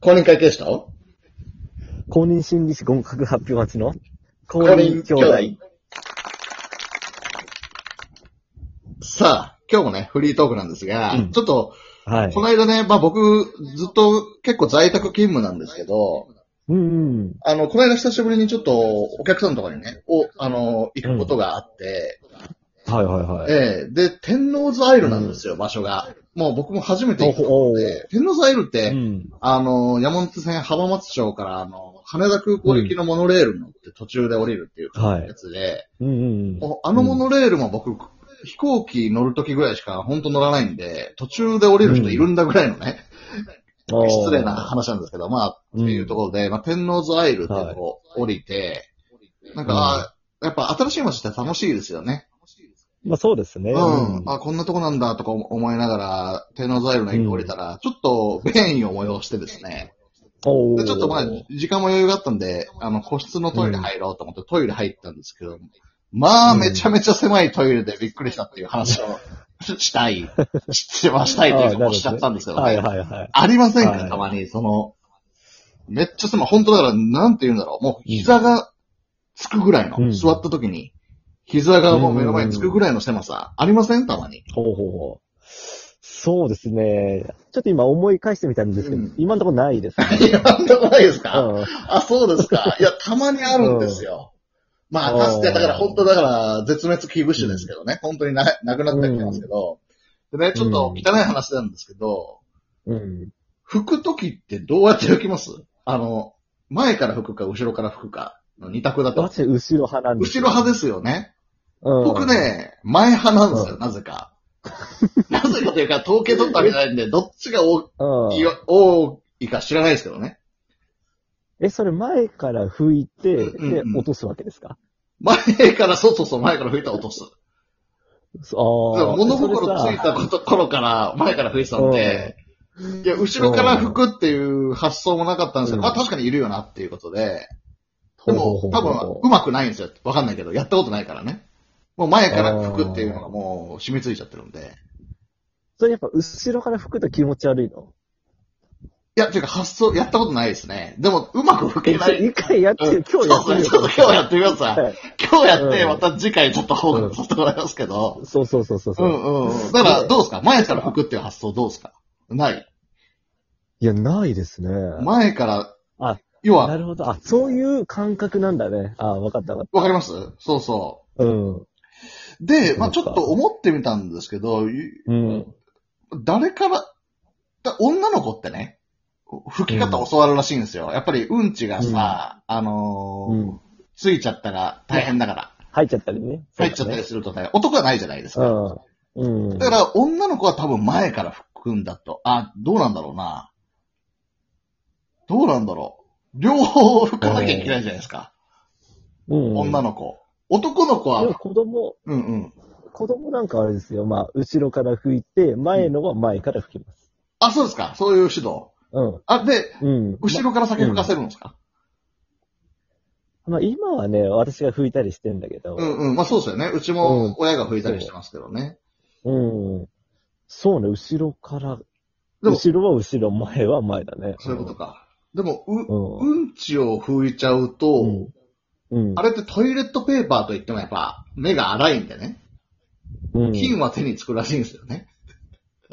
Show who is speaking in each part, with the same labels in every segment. Speaker 1: 公認会計士と
Speaker 2: 公認心理師合格発表待ちの公
Speaker 1: 公認兄弟。さあ、今日もね、フリートークなんですが、
Speaker 2: うん
Speaker 1: ちょっと、
Speaker 2: はい
Speaker 1: こ。の間ね、まあ僕、ずっと結構在宅勤務なんですけど、
Speaker 2: うんうん。
Speaker 1: あの、この間久しぶりにちょっとお客さんとかにね、お、あの、行くことがあって、
Speaker 2: はいはいはい。
Speaker 1: ええで、天王洲アイルなんですよ、場所が。もう僕も初めて行くと思って、天王洲アイルって、
Speaker 2: うん。
Speaker 1: あの、山手線浜松町から、あの、羽田空港行きのモノレールに乗って途中で降りるっていう
Speaker 2: はい
Speaker 1: や。つで、
Speaker 2: うんうんうん。
Speaker 1: おあのモノレールも僕、飛行機乗るときぐらいしか本当乗らないんで、途中で降りる人いるんだぐらいのね、失礼な話なんですけど、まあ、っていうところで、まあ、天王洲アイルっていうとこ降りて、なんか、やっぱ新しい街って楽しいですよね。
Speaker 2: まあそうですね。
Speaker 1: うん。あ、こんなとこなんだとか思いながら、天王洲アイルの駅降りたら、ちょっと便意を催してですね、
Speaker 2: お
Speaker 1: で
Speaker 2: ー
Speaker 1: ちょっとまあ、時間も余裕があったんで、あの、個室のトイレ入ろうと思ってトイレ入ったんですけど、まあ、
Speaker 2: うん
Speaker 1: めちゃめちゃ狭いトイレでびっくりしたっていう話 をしたい、してましたいというか、もうしちゃったんですけどね。
Speaker 2: はいはいはい。
Speaker 1: ありません
Speaker 2: は
Speaker 1: か
Speaker 2: い
Speaker 1: たまに、その、めっちゃ狭い。本当だから、なんて言うんだろう。もう膝がつくぐらいの、
Speaker 2: うん
Speaker 1: 座った時に、膝がもう目の前につくぐらいの狭さ、ありませんたまに。
Speaker 2: ほうほうほう。そうですね。ちょっと今思い返してみたんですけど、
Speaker 1: うん
Speaker 2: 今のところないですね。
Speaker 1: いや、なんでもないですか、
Speaker 2: うん。
Speaker 1: あ、そうです か。いや、たまにあるんですよ。まあ、かつて、
Speaker 2: あー
Speaker 1: だから本当だから、絶滅危惧種ですけどね。本当にな、なくなってきてますけど。でね、ちょっと汚い話なんですけど、
Speaker 2: うん。
Speaker 1: 拭くときってどうやって拭きますあの、前から拭くか、後ろから拭くかの二択だと。
Speaker 2: 私、後ろ派なんです。
Speaker 1: 後ろ派ですよね。
Speaker 2: うん。
Speaker 1: 僕ね、前派なんですよ、なぜか。 なぜかというか、統計取ったわけじゃないんで、どっちが多
Speaker 2: うん。
Speaker 1: い多いか知らないですけどね。
Speaker 2: え、それ前から拭いて、
Speaker 1: うん
Speaker 2: で
Speaker 1: うん、
Speaker 2: 落とすわけですか
Speaker 1: 前から、そうそうそう、前から拭いたら落とす。
Speaker 2: ああ。
Speaker 1: 物心つ
Speaker 2: それ
Speaker 1: い
Speaker 2: さ
Speaker 1: たこと頃から、前から吹いてたんで、いや、後ろから吹くっていう発想もなかったんですけど、
Speaker 2: うん
Speaker 1: まあ確かにいるよなっていうことで、でも
Speaker 2: ほうほうほう
Speaker 1: 多
Speaker 2: ほ
Speaker 1: 分
Speaker 2: う
Speaker 1: うまくないんですよ。わかんないけど、やったことないからね。もう前から吹くっていうのがもう染みついちゃってるんで。
Speaker 2: それやっぱ後ろから吹くと気持ち悪いの
Speaker 1: いや、というか発想、やったことないですね。でも、うまく吹けない。
Speaker 2: 一回やって
Speaker 1: うん
Speaker 2: よ、今日やって
Speaker 1: そう
Speaker 2: み
Speaker 1: ですねちょっと今日やってみますわ
Speaker 2: はい
Speaker 1: 今日やって、
Speaker 2: うん
Speaker 1: また次回ちょっと報告させてもらいますけど。
Speaker 2: そうそうそうそう。
Speaker 1: う
Speaker 2: うん
Speaker 1: うんうん。だから、どうですか前から吹くっていう発想どうですかない
Speaker 2: いや、ないですね。
Speaker 1: 前から、
Speaker 2: あ
Speaker 1: 要
Speaker 2: な
Speaker 1: は、
Speaker 2: るほど。あ、そういう感覚なんだね。あ、わかったわかっ
Speaker 1: わかりますそうそ
Speaker 2: た。うん。
Speaker 1: う。で、まあ
Speaker 2: そ
Speaker 1: ち
Speaker 2: う
Speaker 1: ょ
Speaker 2: か
Speaker 1: っと思ってみたんですけど、い
Speaker 2: うん。
Speaker 1: 誰から、だ女の子ってね、吹き方教わるらしいんですよ。やっぱりうんちがさ、あのー
Speaker 2: うん
Speaker 1: ついちゃったら大変だから、
Speaker 2: 入っちゃったりね。
Speaker 1: 入っちゃったりするとね、男はないじゃないです
Speaker 2: う
Speaker 1: か。
Speaker 2: ん。うん。
Speaker 1: だから女の子は多分前から吹くんだと。あ、どうなんだろうな。どうなんだろう。両方吹かなきゃいけないじゃないですか。
Speaker 2: うん、
Speaker 1: 女の子。男の子
Speaker 2: でも
Speaker 1: は、
Speaker 2: 子供、
Speaker 1: うんうん。
Speaker 2: 子供なんかはあれですよ。まあ、後ろから吹いて、前のは前から吹きます。
Speaker 1: あ、そうですか。そういう指導。
Speaker 2: うん。
Speaker 1: あ、で、
Speaker 2: うん。
Speaker 1: 後ろから先吹かせるんですか、
Speaker 2: ままあ、今はね、私が吹いたりしてんだけど。
Speaker 1: うん、うんうんまあそうですよね。うち
Speaker 2: うん
Speaker 1: も親が吹いたりしてますけどね。
Speaker 2: うん。そうね、後ろから。
Speaker 1: でも
Speaker 2: 後ろは後ろ、前は前だね。
Speaker 1: そういうことか。でも、う、
Speaker 2: う
Speaker 1: うんちを吹いちゃうと、
Speaker 2: ん。うん。うん
Speaker 1: あれってトイレットペーパーといってもやっぱ目が荒いんでね。
Speaker 2: うん。
Speaker 1: 金は手につくらしいんですよね。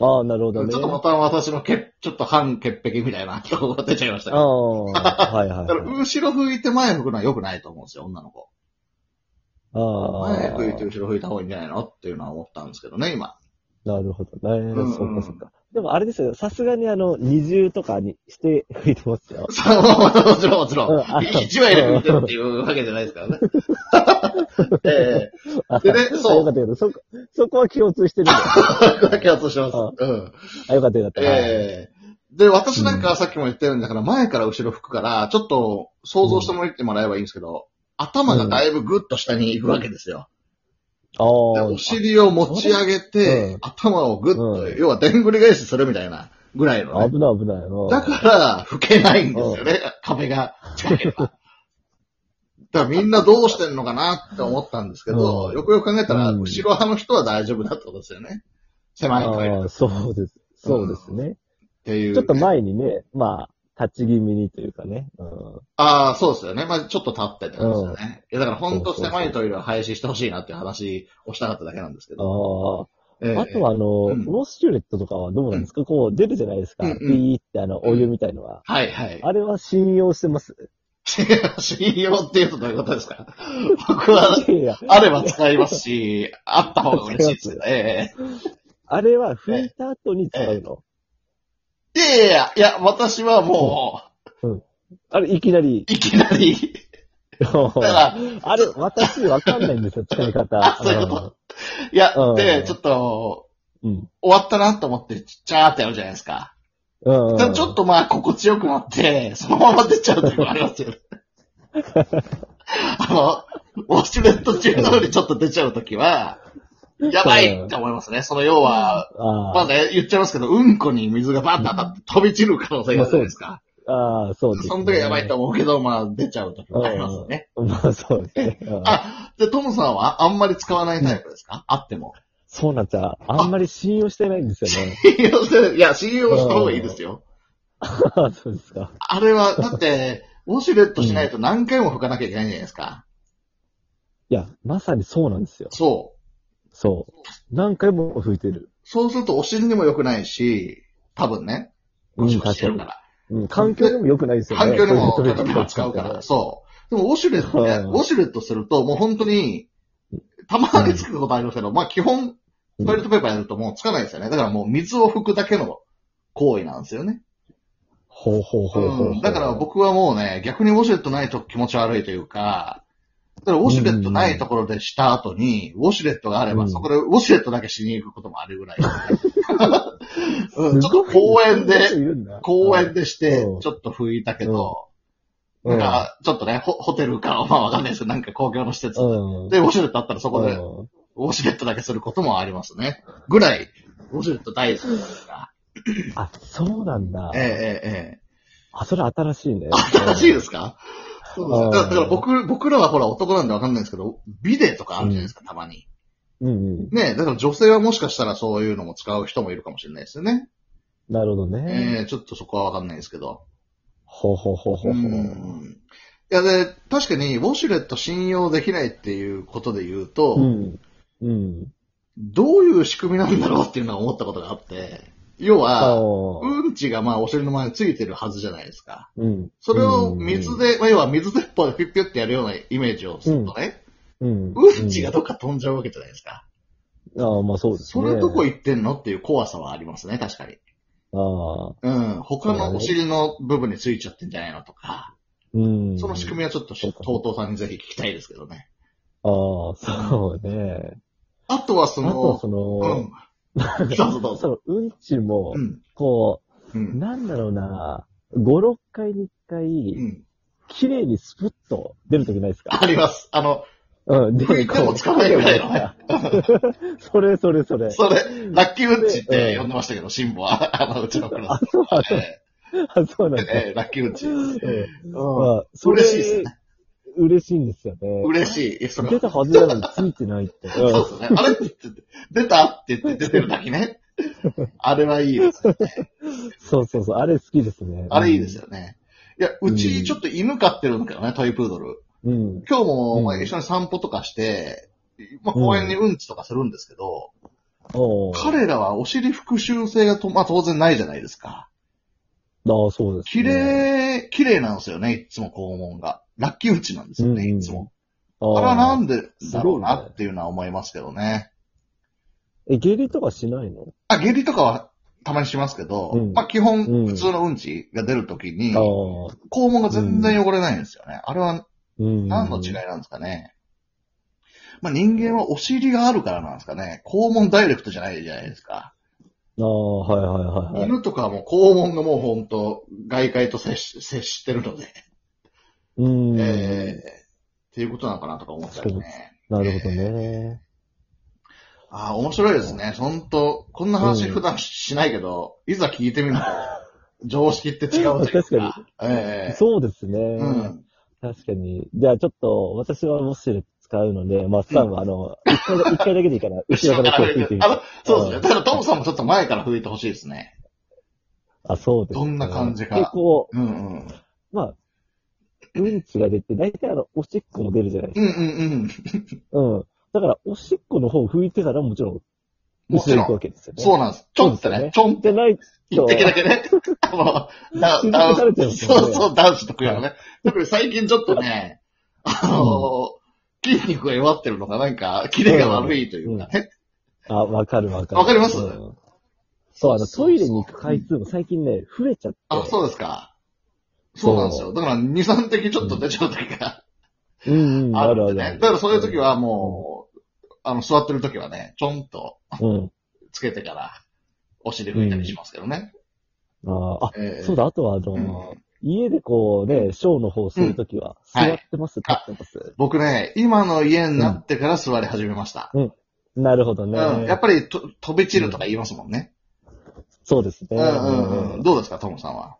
Speaker 2: ああ、なるほ
Speaker 1: ち
Speaker 2: ど
Speaker 1: ょっ
Speaker 2: ね。
Speaker 1: とまた私のけちょっと半潔癖みたいなとこが出ちゃいましたけ
Speaker 2: あ
Speaker 1: ど。
Speaker 2: あ、はいは
Speaker 1: だ
Speaker 2: い
Speaker 1: から、
Speaker 2: はい。
Speaker 1: 後ろ吹いて前吹くのは良くないと思うんですよ、女の子。前
Speaker 2: ああ
Speaker 1: 吹いて後ろ吹いた方がいいんじゃないのっていうのは思ったんですけどね、今。
Speaker 2: なるほどね
Speaker 1: んうん。
Speaker 2: そっかそっか。でもあれですよ、さすがにあの、二重とかにして吹いてます よ。
Speaker 1: そうもちろん、もちろん。
Speaker 2: うんあそう
Speaker 1: 一枚で吹いてるっていうわけじゃないですから ね。えでねそう
Speaker 2: あよかったよかった。そこ、そこは共通してるんだよ。
Speaker 1: えー、だけはそうしてます。うん。
Speaker 2: あ、よかったよかった。
Speaker 1: ええで、私なんかはさっきも言ったように、だから前から後ろ吹くから、ちょっと想像してもらってもらえばいいんですけど、頭がだいぶぐっと下に行くわけですよ。
Speaker 2: ああ
Speaker 1: でお尻を持ち上げて、
Speaker 2: うん
Speaker 1: 頭をぐっと、
Speaker 2: うん
Speaker 1: 要はでんぐり返しするみたいなぐらいの、ね。
Speaker 2: 危ない危ない。うん
Speaker 1: だから、吹けないんですよね、壁が近ければ。だからみんなどうしてんのかなって思ったんですけど、
Speaker 2: うん
Speaker 1: よくよく考えたら、
Speaker 2: うん
Speaker 1: 後ろ派の人は大丈夫だってことですよね。狭いトイレっ
Speaker 2: ああ、そうです。そうですね。
Speaker 1: ていう、
Speaker 2: ちょっと前にね、まあ、立ち気味にというかね。うん。
Speaker 1: ああ、そうですよね。まあちょっと立ってってことですよね。いや、だから本当狭いトイレは廃止してほしいなっていう話をしたかっただけなんですけど。
Speaker 2: あ
Speaker 1: ええ
Speaker 2: あ。あとは、あの、
Speaker 1: うん
Speaker 2: ウォシュレットとかはどうなんですか、こう、出るじゃないですか。
Speaker 1: うんうん
Speaker 2: ピーって、あの、お湯みたいのは。
Speaker 1: はいはい。
Speaker 2: あれは信用してます。
Speaker 1: 信用っていうとどういうことですか僕は、
Speaker 2: いやいや、
Speaker 1: あれば使いますし、あった方が嬉しいですけど、え
Speaker 2: あれは拭いた後に使うの。
Speaker 1: えいやいやいや、いや、私はも
Speaker 2: あれ、いきなり。
Speaker 1: う、いきなり、
Speaker 2: だか
Speaker 1: だから、
Speaker 2: あれ、私、わかんないんですよ、使い方。
Speaker 1: あそういうこといや
Speaker 2: う、ん
Speaker 1: で、ちょっと、
Speaker 2: うん。
Speaker 1: 終わったなと思って、ちっちゃーってやるじゃないですか。
Speaker 2: うん。
Speaker 1: ちょっとまあ、心地よくなって、そのまま出ちゃう時もあり ますよね。あの、ウォシュレット中なのにちょっと出ちゃう時は、やばいって思いますね。その要は、
Speaker 2: あ
Speaker 1: まあね、言っちゃいますけど、うんこに水がバッと当たって飛び散る可能性があるじゃないですか。
Speaker 2: あ、ああ、そうです、ね。
Speaker 1: その時はやばいと思うけど、まあ出ちゃう時もありますね。
Speaker 2: まあ、そうですね。うん
Speaker 1: あ、で、トムさんはあんまり使わないタイプですかあっても。
Speaker 2: そうなんですよ。あんまり信用してないんです よね。
Speaker 1: 信用していや、信用した方がいいですよ。
Speaker 2: ああ、そうですか。
Speaker 1: あれは、だって、ウォシュレットしないと何回も拭かなきゃいけないじゃないですか。
Speaker 2: いや、まさにそうなんですよ。
Speaker 1: そう。
Speaker 2: そう。何回も吹いてる。
Speaker 1: そうするとお尻にも良くないし、多分ね。ゴシゴシしてるから。
Speaker 2: うん、環境にも良くないですよ
Speaker 1: 環
Speaker 2: ね。
Speaker 1: 境にも
Speaker 2: そういう
Speaker 1: 片手を使うから。
Speaker 2: ね
Speaker 1: そう。でもウォシュレットね、
Speaker 2: うん
Speaker 1: ウォシュレットするともう本当に、たまにつくことありますけど、まあ基本、トイレットペーパーやるともうつかないですよね。だからもう水を拭くだけの行為なんですよね。
Speaker 2: ほうほうほうほ
Speaker 1: う
Speaker 2: う。
Speaker 1: ん。だから、僕はもうね、逆にウォシュレットないと気持ち悪いというか、だからウォシュレットないところでした後に、ウォシュレットがあれば、
Speaker 2: うん
Speaker 1: そこでウォシュレットだけしに行くこともある ぐらい。うん、ち
Speaker 2: す
Speaker 1: ょっと
Speaker 2: ごい
Speaker 1: 公園で、
Speaker 2: そういうこと言うんだ
Speaker 1: 公園でして
Speaker 2: うん、
Speaker 1: ちょっと拭いたけど、
Speaker 2: う
Speaker 1: な
Speaker 2: ん
Speaker 1: んか、ちょっとね、ホホテルか、まあわかんないですけど、なんか公共の施設
Speaker 2: うん。
Speaker 1: で、ウォシュレットあったらそこで、
Speaker 2: うん
Speaker 1: ウォシュレットだけすることもありますね。ぐらい、ウォシュレット大好きですか
Speaker 2: あ、そうなんだ
Speaker 1: ら。え。ええええ
Speaker 2: あ、それ新しいね。
Speaker 1: え。新しいですかそうですね
Speaker 2: うん
Speaker 1: だからだから僕、僕らはほら男なんでわかんないですけど、ビデとかあるじゃないですか、たまに。
Speaker 2: うんうん。
Speaker 1: ねえ、だから女性はもしかしたらそういうのも使う人もいるかもしれないですよね。
Speaker 2: なるほどね。
Speaker 1: ええちょっとそこはわかんないですけど。
Speaker 2: ほうほうほうほう
Speaker 1: う
Speaker 2: ほう。
Speaker 1: んいやで、確かに、ウォシュレット信用できないっていうことで言うと、
Speaker 2: うん。うん。
Speaker 1: どういう仕組みなんだろうっていうのは思ったことがあって、要
Speaker 2: あ
Speaker 1: は、
Speaker 2: ー
Speaker 1: うんちがまあお尻の前についてるはずじゃないですか。
Speaker 2: うん。
Speaker 1: それを水で、まあ要は水鉄砲でピュッピュッってやるようなイメージをするとね、
Speaker 2: うん、
Speaker 1: うん、ちがどっか飛んじゃうわけじゃないですか。
Speaker 2: ああ、まあそうです
Speaker 1: そ
Speaker 2: ね。
Speaker 1: れどこ行ってんのっていう怖さはありますね、確かに。
Speaker 2: ああ。
Speaker 1: うん。他のお尻の部分についちゃってんじゃないのとか、
Speaker 2: うん。
Speaker 1: その仕組みはちょっとし、
Speaker 2: うん
Speaker 1: とうとうさんにぜひ聞きたいですけどね。
Speaker 2: ああ、そうね。
Speaker 1: あとはそ
Speaker 2: あとは
Speaker 1: の、
Speaker 2: そうの、
Speaker 1: ん。どうぞどうぞ。
Speaker 2: そのうんちも
Speaker 1: う、ん。
Speaker 2: こ
Speaker 1: う
Speaker 2: う、
Speaker 1: ん。
Speaker 2: なんだろうな、5、6回に1
Speaker 1: う
Speaker 2: 回、
Speaker 1: ん。
Speaker 2: 綺麗にスプッと出るときないです か
Speaker 1: あります。あの、
Speaker 2: うん、で
Speaker 1: これでもつかないぐらいのね。
Speaker 2: それそれそれ。
Speaker 1: それ、ラッキーうんちっ
Speaker 2: う
Speaker 1: て
Speaker 2: ん
Speaker 1: 呼んでましたけど、辛抱は、 あの、うちのクラ
Speaker 2: あ
Speaker 1: ス。、
Speaker 2: そう、あそう
Speaker 1: え
Speaker 2: あそうな
Speaker 1: え
Speaker 2: んだ。
Speaker 1: ええラッキーうんち。
Speaker 2: うん
Speaker 1: うん
Speaker 2: まあそれ
Speaker 1: 嬉しいですね
Speaker 2: 嬉しいんですよね。
Speaker 1: 嬉しいいや。それ
Speaker 2: 出たはずなのについてないって。うん
Speaker 1: そうですね。あれって言って、出たって言って出てるだけ ね。あれはいいですね。
Speaker 2: そうそうそう、あれ好きですね。
Speaker 1: あれいいです
Speaker 2: よ。
Speaker 1: よね。いや、うちちょっと犬飼ってるんだけどね、トイプードル。
Speaker 2: うん。
Speaker 1: 今日も
Speaker 2: うん
Speaker 1: まあ一緒に散歩とかして、まあ公園にうんちとかするんですけど、
Speaker 2: おう
Speaker 1: 彼らはお尻復讐性がと、まあ当然ないじゃないですか。
Speaker 2: ああ、そうです、
Speaker 1: 綺
Speaker 2: ね。
Speaker 1: 麗、綺麗なんですよね、いつも肛門が。ラッキー打ちなんですよね、
Speaker 2: うんうん
Speaker 1: いつも。
Speaker 2: あ
Speaker 1: あれは
Speaker 2: あ
Speaker 1: なんでだろう
Speaker 2: すごい
Speaker 1: な
Speaker 2: ね
Speaker 1: っていうのは思いますけどね。
Speaker 2: え、下痢とかしないの
Speaker 1: あ、下痢とかはたまにしますけど、
Speaker 2: うん
Speaker 1: まあ基本
Speaker 2: うん
Speaker 1: 普通のうんちが出るときに、
Speaker 2: ああ。
Speaker 1: 肛門が全然汚れないんですよね。あれは
Speaker 2: うん。
Speaker 1: 何の違いなんですかね。まあ人間はお尻があるからなんですかね。肛門ダイレクトじゃないじゃないですか。
Speaker 2: ああ、はいはいはいはい。
Speaker 1: 犬とかはもう肛門がもうほんと外界と接し接してるので、
Speaker 2: うん。
Speaker 1: ええっていうことなのかなとか思ったりね。
Speaker 2: なるほどね。
Speaker 1: ああ、面白いですね。ほんと、こんな話
Speaker 2: うん
Speaker 1: 普段しないけど、いざ聞いてみると、常識って違うという
Speaker 2: 確
Speaker 1: か。ええ
Speaker 2: そうですね。
Speaker 1: うん。
Speaker 2: 確かに。じゃあちょっと、私はもし使うので、まあ、スタンはあの、一回だ、一回だけでい いから、後ろからこう吹いてみ
Speaker 1: あ
Speaker 2: て。
Speaker 1: のそうですね。ただ、トムさんもちょっと前から吹いてほしいですね。
Speaker 2: あ、そうです、
Speaker 1: どんな感じか
Speaker 2: 結構、
Speaker 1: うんうん。
Speaker 2: まあ、うんちが出て、大体あの、おしっこも出るじゃないです
Speaker 1: うんうんうん。
Speaker 2: か。うん。だから、おしっこの方拭いてからもちろん、
Speaker 1: も
Speaker 2: 後
Speaker 1: ちろ
Speaker 2: ろ行く
Speaker 1: ん。
Speaker 2: わけですよね。
Speaker 1: そうなんです。ちょんってね、ちょんっ
Speaker 2: じ
Speaker 1: て
Speaker 2: ゃ。ない
Speaker 1: 一
Speaker 2: と、
Speaker 1: 滴だけ ね。あの、 だ、だ、
Speaker 2: 気づかれちゃいますよね
Speaker 1: そうそう、男子特有のね。特に最近ちょっとね、あの、筋肉が弱ってるのか、なんか、キレが悪いというかね。
Speaker 2: あ、わかるわかる。
Speaker 1: わかります
Speaker 2: うんそう、あの、トイレに行く回数も最近ね、増えちゃって。
Speaker 1: あ、そうですか。そうなんですよ。だから、2、3滴ちょっと出ちゃう時が
Speaker 2: う。うんうん、
Speaker 1: あ
Speaker 2: あ
Speaker 1: る
Speaker 2: る
Speaker 1: んで
Speaker 2: あるあ
Speaker 1: ね。
Speaker 2: る。
Speaker 1: だから、そういう時はもう、あの、座ってる時はね、ちょんと
Speaker 2: うん。
Speaker 1: つけてから、お尻拭いたりしますけどね。
Speaker 2: あーあ、
Speaker 1: ええ
Speaker 2: そうだ、あとは、あ
Speaker 1: う
Speaker 2: の、
Speaker 1: ん
Speaker 2: 家でこうね、ショーの方するときは、
Speaker 1: うん
Speaker 2: 座
Speaker 1: はい
Speaker 2: ってます、立ってます。
Speaker 1: 僕ね、今の家になってから座り始めました。
Speaker 2: なるほど
Speaker 1: う
Speaker 2: ね。
Speaker 1: ん。やっぱりと、飛び散るとか言いますもんね。
Speaker 2: そうですね。
Speaker 1: うんうん
Speaker 2: う
Speaker 1: うんん。どうですか、トムさんは。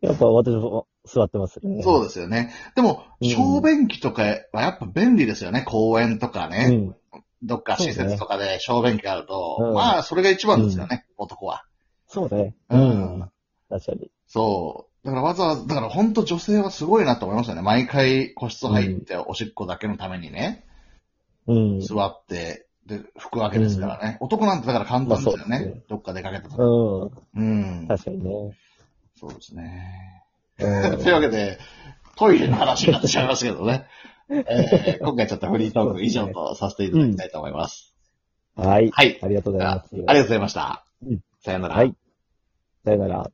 Speaker 2: やっぱ私も座ってますね。
Speaker 1: そう
Speaker 2: う
Speaker 1: ですよね。でも、
Speaker 2: うん
Speaker 1: 小便器とかはやっぱ便利ですよね。公園とか
Speaker 2: う
Speaker 1: ね。
Speaker 2: ん。
Speaker 1: どっか施設とかで小便器があると、
Speaker 2: うん
Speaker 1: まあ、それが一番ですよね、男は。
Speaker 2: そうね。
Speaker 1: うん。
Speaker 2: 確かに。
Speaker 1: そう。だからわざわざ、だから本当女性はすごいなと思いましたね。毎回個室入っておしっこだけのためにね、
Speaker 2: うん。
Speaker 1: 座って、で、拭くわけですからね。男なんてだから簡単ですよね。
Speaker 2: まあそうですね
Speaker 1: どっか出かけたとか。
Speaker 2: うん。
Speaker 1: うん。
Speaker 2: 確かに ね。
Speaker 1: そうですね。
Speaker 2: うん
Speaker 1: というわけで、トイレの話になってしまいましたけど ね。えー今回ちょっとフリートーク以上とさせていただきたいと思います。
Speaker 2: はい。
Speaker 1: はい。
Speaker 2: ありがとうございます。
Speaker 1: ありがとうございました
Speaker 2: うん。
Speaker 1: さよなら。
Speaker 2: はい。さよなら。